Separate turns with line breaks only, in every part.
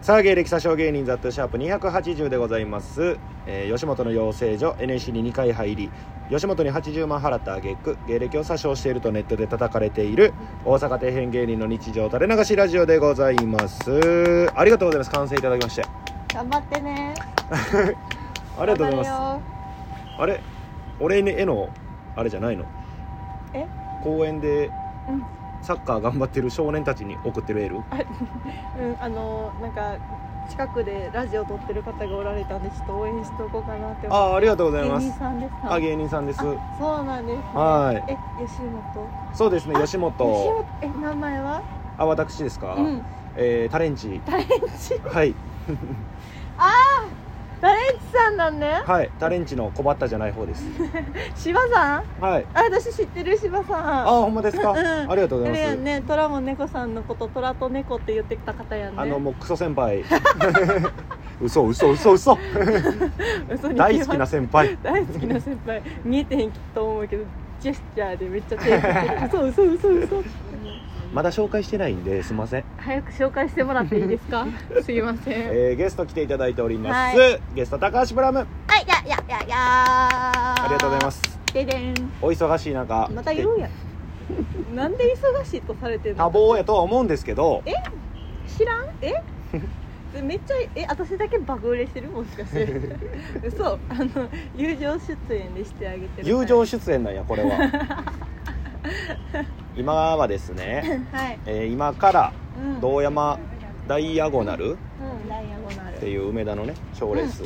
さあ芸歴詐称芸人ザットシャープ280でございます、えー吉本の養成所 NSC に2回入り吉本に80万払った挙句芸歴を詐称しているとネットで叩かれている大阪底辺芸人の日常垂れ流しラジオでございますありがとうございます完成いただきまして
頑張ってね
ありがとうございます
頑張
あれ俺へのあれじゃないの
え
公園で
れよ
サッカー頑張ってる少年たちに送ってるエール
うん、うん、あのなんか近くでラジオ撮ってる方がおられたんでちょっと応援しておこうかなって
あ
思って
あありがとうございま
芸
す
人さんですか
あ芸人さんです
あそうなんです、ね、
は
え吉本
いそうですね吉本
吉本え名前は
あ私ですか、
うん
えータレンチ
タレンチ
はい
タレンチさんなんね
はいタレンチの小バッタじゃない方です
芝さん
はい
あ私知ってる芝
あ
さんあ
ほんまですか、
うんうん
ありがとうございま
れ
す
やんね虎も猫さんのこと虎と猫って言ってた方やんね
あのもうクソ先輩 嘘嘘嘘嘘
嘘に決まっ
大好きな先輩
大好きな先輩見えてへんと思うけどジェスチャーでめっちゃ手振 ってる嘘嘘嘘嘘
まだ紹介してないんですいません、
早く紹介してもらっていいで すかすいません
えーゲスト来ていただいております、
は
ゲスト高橋ブラム
はいやややや
ありがとうございますす
ででん
お忙しい中
また言 うやんなんで忙しいとされてん
多
の
忙やとは思うんですけど
知らんえでめっちゃえ私だけ爆売れしてるもしかして 嘘あの友情出演でしてあげてる
友情出演なんやこれは 今はですね、
はい、
えー今から
うん、
堂山ダイアゴナル
うんダイアゴナ
って
ル
いう梅田のね賞レース、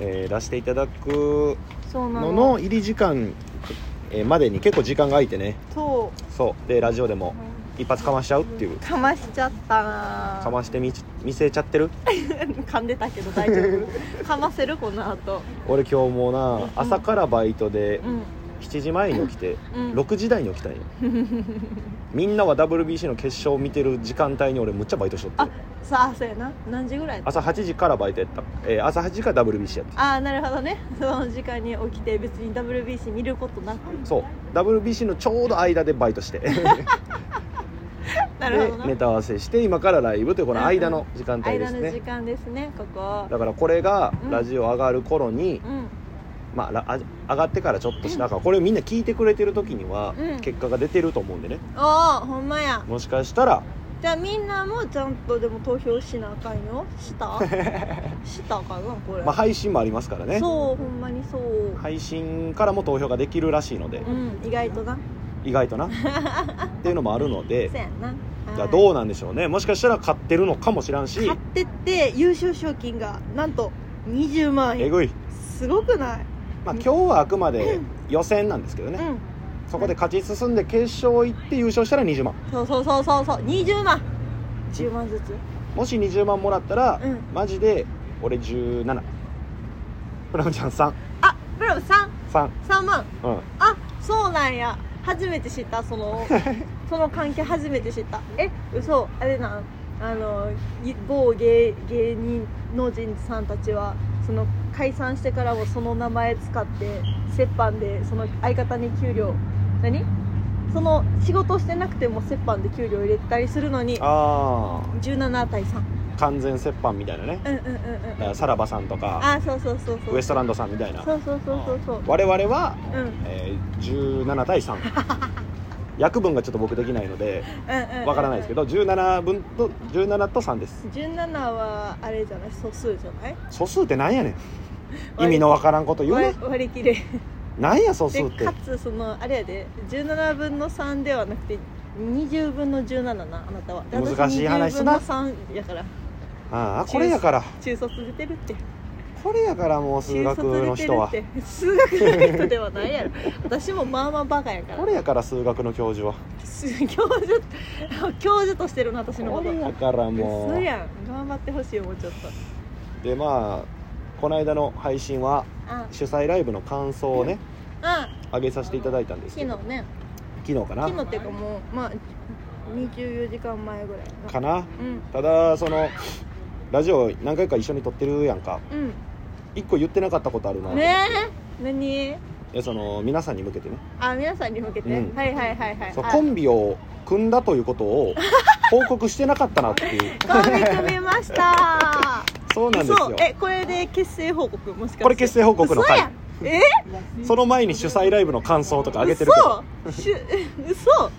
えー出していただく
そうな
の
の
の入り時間えーまでに結構時間が空いてね
そ
そうでラジオでも一発かましちゃうっていう
うかましちゃったな
かましてみ見せちゃってる
噛んでたけど大丈 夫かませるこの後
俺今日もうな
うん
朝からバイトで
うん
7時前に起きて
うん
6時台に起きたんよ みんなは WBC の決勝を見てる時間帯に俺むっちゃバイトしとって
あさあそうやな何時ぐらいやった
朝8時からバイトやった、えー朝8時から WBC やった
ああなるほどね その時間に起きて別に WBC 見ることなく
そう WBC のちょうど間でバイトしてで
なるほど
ネ
な
タ合わせして今からライブというこの間の時間帯で
間
す
の時
ね
間ですねここ
だからこれが
うん
ラジオ上がる頃に、
うん
まあらあ上がってからちょっとしただからこれをみんな聞いてくれてる時には
うん
結果が出てると思うんでね
おおほんまや
もしかしたら
じゃあみんなもちゃんとでも投票しなあかんよした したかなこれ、
まあ配信もありますからね
そうほんまにそう、
配信からも投票ができるらしいので
うん意外とな
意外と なっていうのもあるので
そうやな
じゃあ
う
どうなんでしょうねもしかしたら買ってるのかもしらんし
買ってって優勝賞金がなんと20万
え
円
ぐい
すごくない
まあ今日はあくまで予選なんですけど
う
ね
ん
そこで勝ち進んで決勝行って優勝したら20万
そうそうそうそうそう20万10万ずつ
もし20万もらったら
うん
マジで俺17プラムちゃん33
あブラム33万
うん
あそうなんや初めて知った そのその関係初めて知ったえ嘘あれなんあのい某芸芸人の人さんたちはその解散してからもその名前使って折半でその相方に給料何その仕事してなくても折半で給料入れたりするのに
ああ
17対3
完全折半みたいなね
うんうんう
だ
んう
か
ん
らさらばさんとか
あそうそうそうそう
ウエストランドさんみたいな
そうそうそうそうそう
我々は、
うんうん
えー17対3 約分がちょっと僕できないので
うんうん
わからないですけど17分と17と3です
17はあれじゃない素数じゃない
素数ってなんやねん意
割
味のわからんこと言うね
割割り切れ
なんや素数
で
って
かつそのあれやで17分の3ではなくて20分の17なあなたはで私
難しい話すな
20分の3やから
ああこれやから
中卒出てるって
これやからもう数
中
学
卒
の人は
出てるって数学の人ではないやろ私もまあまあバカやから
これやから数学の教授は
す教授教授としてるな私の
こ
こ
れや
と
からも
嘘やん頑張ってほしいよもうちょっと
うでまあこの間の配信は
あ
主催ライブの感想をね
あ
上げさせていただいたんです
昨
け
日
ど
ね
昨日かな
昨日っていうかもうまあ24時間前ぐらい
かな
うん
ただそのラジオ何回か一緒に撮ってるやんか
うん
一個言ってなかったことあるな、
ねえ何
えその皆さんに向けてね、
あ皆さんに向けて、
うん
はいはいはいはい
そう
あ
コンビを組んだということを報告してなかったなっていう
コンビ組みました
そうなんです
そう
よ
えこれで結成報告もしかして
これ結成報告の
嘘
回
やんえ
その前に主催ライブの感想とか上げてるけど
嘘しゅ 嘘
こ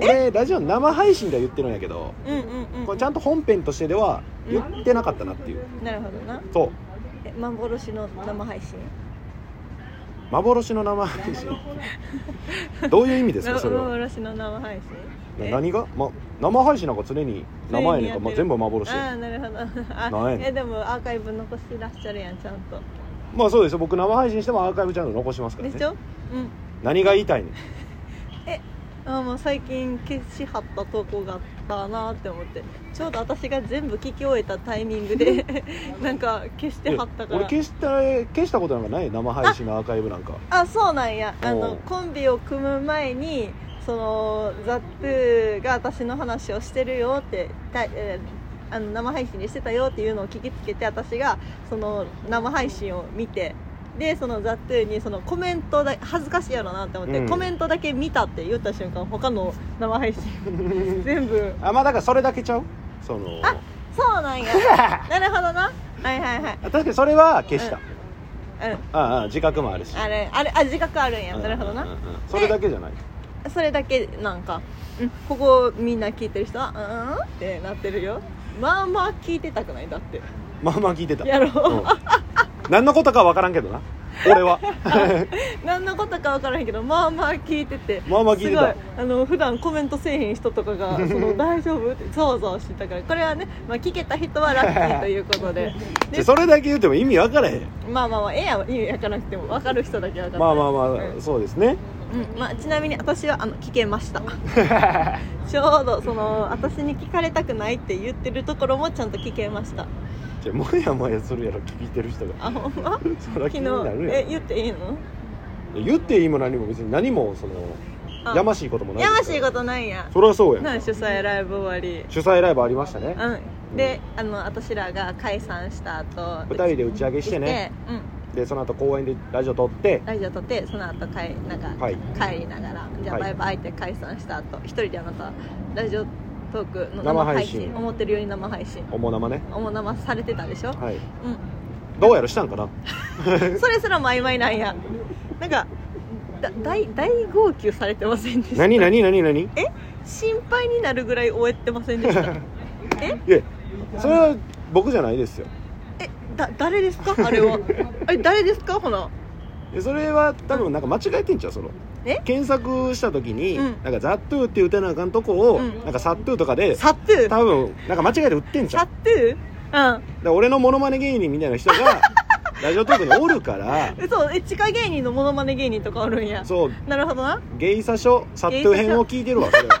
れラジオの生配信では言ってるんやけど
うんうんうん
これちゃんと本編としてでは言ってなかったなっていう
なるほどな
そう
え幻の生配信
幻の生配信どういう意味ですかそれは
幻の生配信え
何が、ま、生配信なんか常に生やねん
常にや
か、
ってる
ま、全部幻
ああなるほど
な
あ
いの
えでもアーカイブ残してらっしゃるやんちゃんと
まあそうですよ僕生配信してもアーカイブちゃんと残しますから
で
ね
しょうん
何が言いたいねん
あもう最近消しはった投稿があったなって思ってちょうど私が全部聞き終えたタイミン グでなんか消してはった
いや
か
俺
ら
消した消したことなんかない生配信のアーカイブなんか
あそうなんやあ
おう
のコンビを組む前にそのザップーが私の話をしてるよってた、えーあの生配信でしてたよっていうのを聞きつけて私がその生配信を見てでそのザップーにそのコメントだ恥ずかしいやろなって思って、
うん
コメントだけ見たって言った瞬間他の生配信全部
あまあだからそれだけちゃうその
あそうな んやなるほどなはいはいはい
確かにそれは消した、
うん
ああ自覚もあるし
うんあれあれあ自覚あるんや
うん
なるほどな、
うんうんうんそれだけじゃない
それだけなんか、うん、ここみんな聞いてる人はうーんってなってるよまあまあ聞いてたくないだって
まあまあ聞いてた
やろう、
うん何のことかわからんけどな俺 は
何のことか分からへんけどまあまあ聞いてて
まあまあ聞いてた
すごいあの普段コメントせえへん人とか がその大丈夫ってざわざわしてたからこれはね、まあ、聞けた人はラッキーということ で
じゃ
で
あそれだけ言っても意味わからへん
まあまあまあええやん意味わからなくても分かる人だけ分かる
まあまあま
う
あ
ん
そうですね
うんまあ、ちなみに私はあの聞けま したちょうどその私に聞かれたくないって言ってるところもちゃんと聞けました
じゃあもやもやするやろ聞いてる人が
あほんま
そりゃ
昨
気
日
になる
え
や
言っていいの
ん言っていいも何も別に何もその
あ
やましいこともない
やましいこととないやん
そりゃそうやん
なん主催ライブ終わり
主催ライブありましたね
うんであの私らが解散した後
二人で打ち上げしてね
してうん
でその後公演でラジオ撮って
ラジオ撮ってその後帰なんか、
はい
帰りながらじゃ
は
あ
い
バイバイって解散した後一人であなたラジオトークの
生配信
思ってるより生配信
おもなまね
おも生されてたでしょ、
はい
うん、
どうやらしたんかな
それすらも曖昧なんやなんかだ大大号泣されてませんでした
何何何何い
心配になるぐらい終えてませんでした え
やそれは僕じゃないですよ
えだ誰ですかあれはあれ誰ですかほな
でそれは多分なんか間違えてんちゃうその
え
検索した時に
うん
「なんかザットゥー」って打てなあかんとこを「
うん
なんかサットゥー」とかで
サトゥー
多分なんか間違えて売ってんじゃ
サ
ん
トゥーうん
で俺のモノマネ芸人みたいな人 がラジオトークにおるから
そうえ地下芸人のモノマネ芸人とかおるんや
そう
なるほどな
ゲイサショサットゥ編を聞いてるわそれ は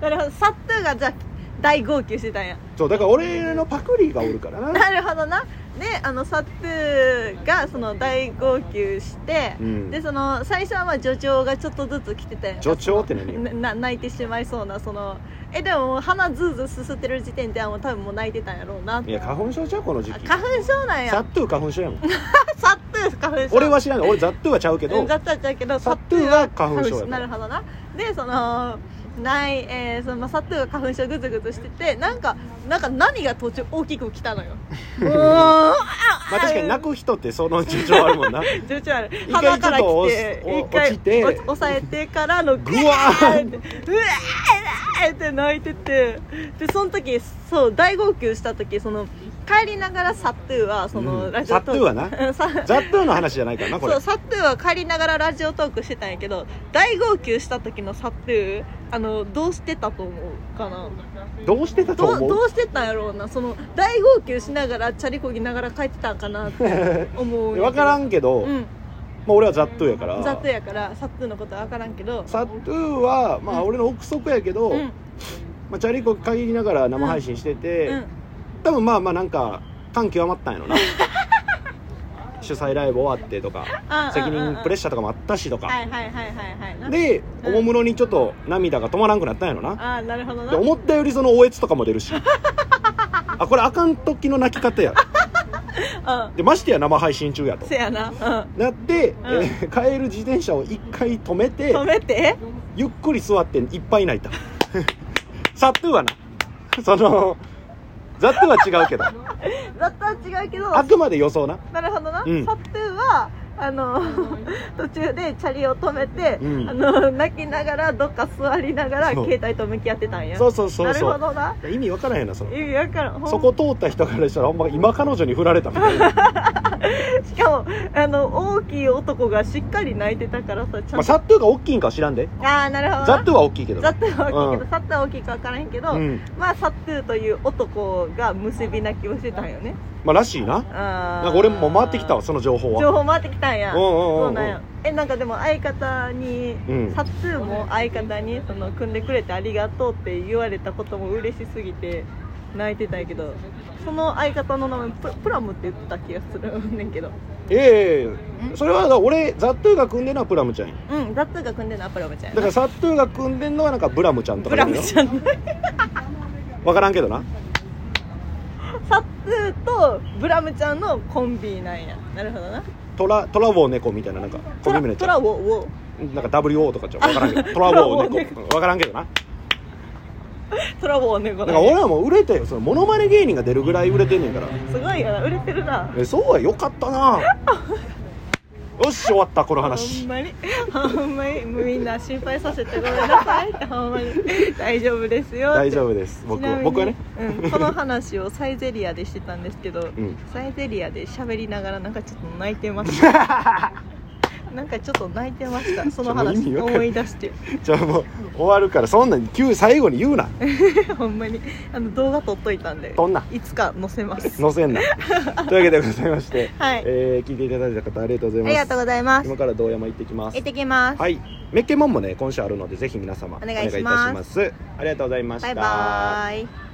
なるほどサトゥーがじゃあ大号泣してたんや
そうだから俺のパクリがおるからな
なるほどなであのサトゥーがその大号泣して、
うん
でその最初はまあ助長がちょっとずつ来てたやんか
助長って何
そのなな泣いてしまいそうなそのえでももう鼻ズーズーすすってる時点ではもう多分もう泣いてたんやろうない
や花粉症ちゃうこの時
あ
期
花粉症なん
サッ
や
トゥ花粉症や もん
サトゥー花粉症
俺は知らない俺ザットゥはちゃうけ
う
ど
んだったんちゃうけど
サトゥーは花粉症やから
なるほどなでそのない、えーそのまあ、サトゥーが花粉症グズグズしててなんかなんか何が途中大きく来た のようーんあ
まあ確かに泣く人ってその事情ある もんな
ちょちょある
一回
鼻から
ちょっと
来
押
て
すお落ちて
落ち押さえてからの
ぐわー
ってうわーって泣いててでその時そう大号泣した時その帰りながらサトゥーはその、
うん
ラジオトーク
サトゥーは
うんサ
ザットゥの話じゃないからなこれ
そうサットゥーは帰りながらラジオトークしてたんやけど大号泣した時のサットゥーあのどうしてたと思うかな
どうしてたと
どう
思
ど
う
うしてたんやろうなその大号泣しながらチャリこぎながら帰ってたんかなって思 う
分から
ん
んけど、
う
ま
ん
あ、俺はザットゥやから
ザットゥーやからサットゥーのことは分からんけど
サットゥはまあ俺の憶測やけど、
うん
まあ、チャリコ限りながら生配信してて、
うん
多分まあまあなんか感極まったんやろな 主催ライブ終わってとか責任プレッ
シ
シャーとかもあったしとか、
はいはいはいはいはいな
で
う
お
ん
もむろにちょっと涙が止まらんくなったんやろな、
ああなるほどな
で 思ったよりそのおえつとかも出るしあこれあかん時の泣き方や
うん
でましてや生配信中やと
せやなうん
なって、
ん
えー帰る自転車を一回止めて
止めて
ゆっくり座っていっぱい泣いた サトゥーはなそのザトゥーは違う けど
だったら違うけど
あくまで予想な
なるほどな、
うん
サトゥーはあ の途中でチャリを止めて、
うん
あの泣きながらどっか座りながら
そう
携帯と向き合ってたんや
そうそうそうそ
なるほどな
う意味わからへんなその
意味わからんほん
そこ通った人からしたらほんま今彼女に振られたみたい な、
しかもあの大きい男がしっかり泣いてたからさち
まあ、
ゃんと、
サトゥーが大きいんかは知らんで
ああーなるほどな
ザトゥーは大きいけど
ザットゥーは大きいけ
う
ど、
ん
サットゥーは大きいか分からへんけど、
うん
まあサットゥーという男が結び泣きをしてたんよね
まあらしいな
あー
なんか俺も回ってきたわその情報
情
は
報回ってきたんや
うんうんうんうん
そうなんやえなんかでも相方に、
うん
サッツーも相方にその組んでくれてありがとうって言われたことも嬉しすぎて泣いてたんやけどその相方の名前ププラムって言ってた気がするねんけど
ええそれはだから俺ザトゥーが組んでるのはプラムちゃんや
うんザッツーが組んでるのはプラムちゃ
だ
んや
からサトゥーが組んでんのはなんかブラムちゃん
な
と
プ
か
ラ
言う
ム
のよ
ちゃん の
わからんけどな
サッツーとブラムちゃんのコンビなんやなるほどな
トラトラウォー猫みたいななんか
ト
コ
ラ
ンビ名ち
ト
ゃ
ラ
う
ウォウォ
なんか WO とかちゃうわからんけどトラウォー猫わからんけどな
トラウォウ
な
猫
んか俺はもう売れてそのモノマネ芸人が出るぐらい売れてんねんから
すごいよな売れてるな
えそうはよかった なよし終わったこの
ほん
話
まに ほんまにみんな心配させてごめんなさいってほんまに大丈夫ですよって
大丈夫です僕
ちなみ
は
に
僕はね、
うん、この話をサイゼリアでしてたんですけど、
ん
サイゼリアで喋りながらなんかちょっと泣いてました なんかちょっと泣いてましたその
ちょっと意
話
味わかんない
思い出して
じゃあもう終わるからそんなに急最後に言うな
ほんまにあの動画撮っといたんで
どんない
つか載せます
載せんなというわけでございまして、
はい
えー聞いていただいた方ありがとうござい
あ
ます
りがとうございます
今から道山行ってきます
行ってきます、
はいメッケモンもね今週あるのでぜひ皆様
お願いしま
お願い
す
いたしますありがとうございまし
バ
た
イバーイ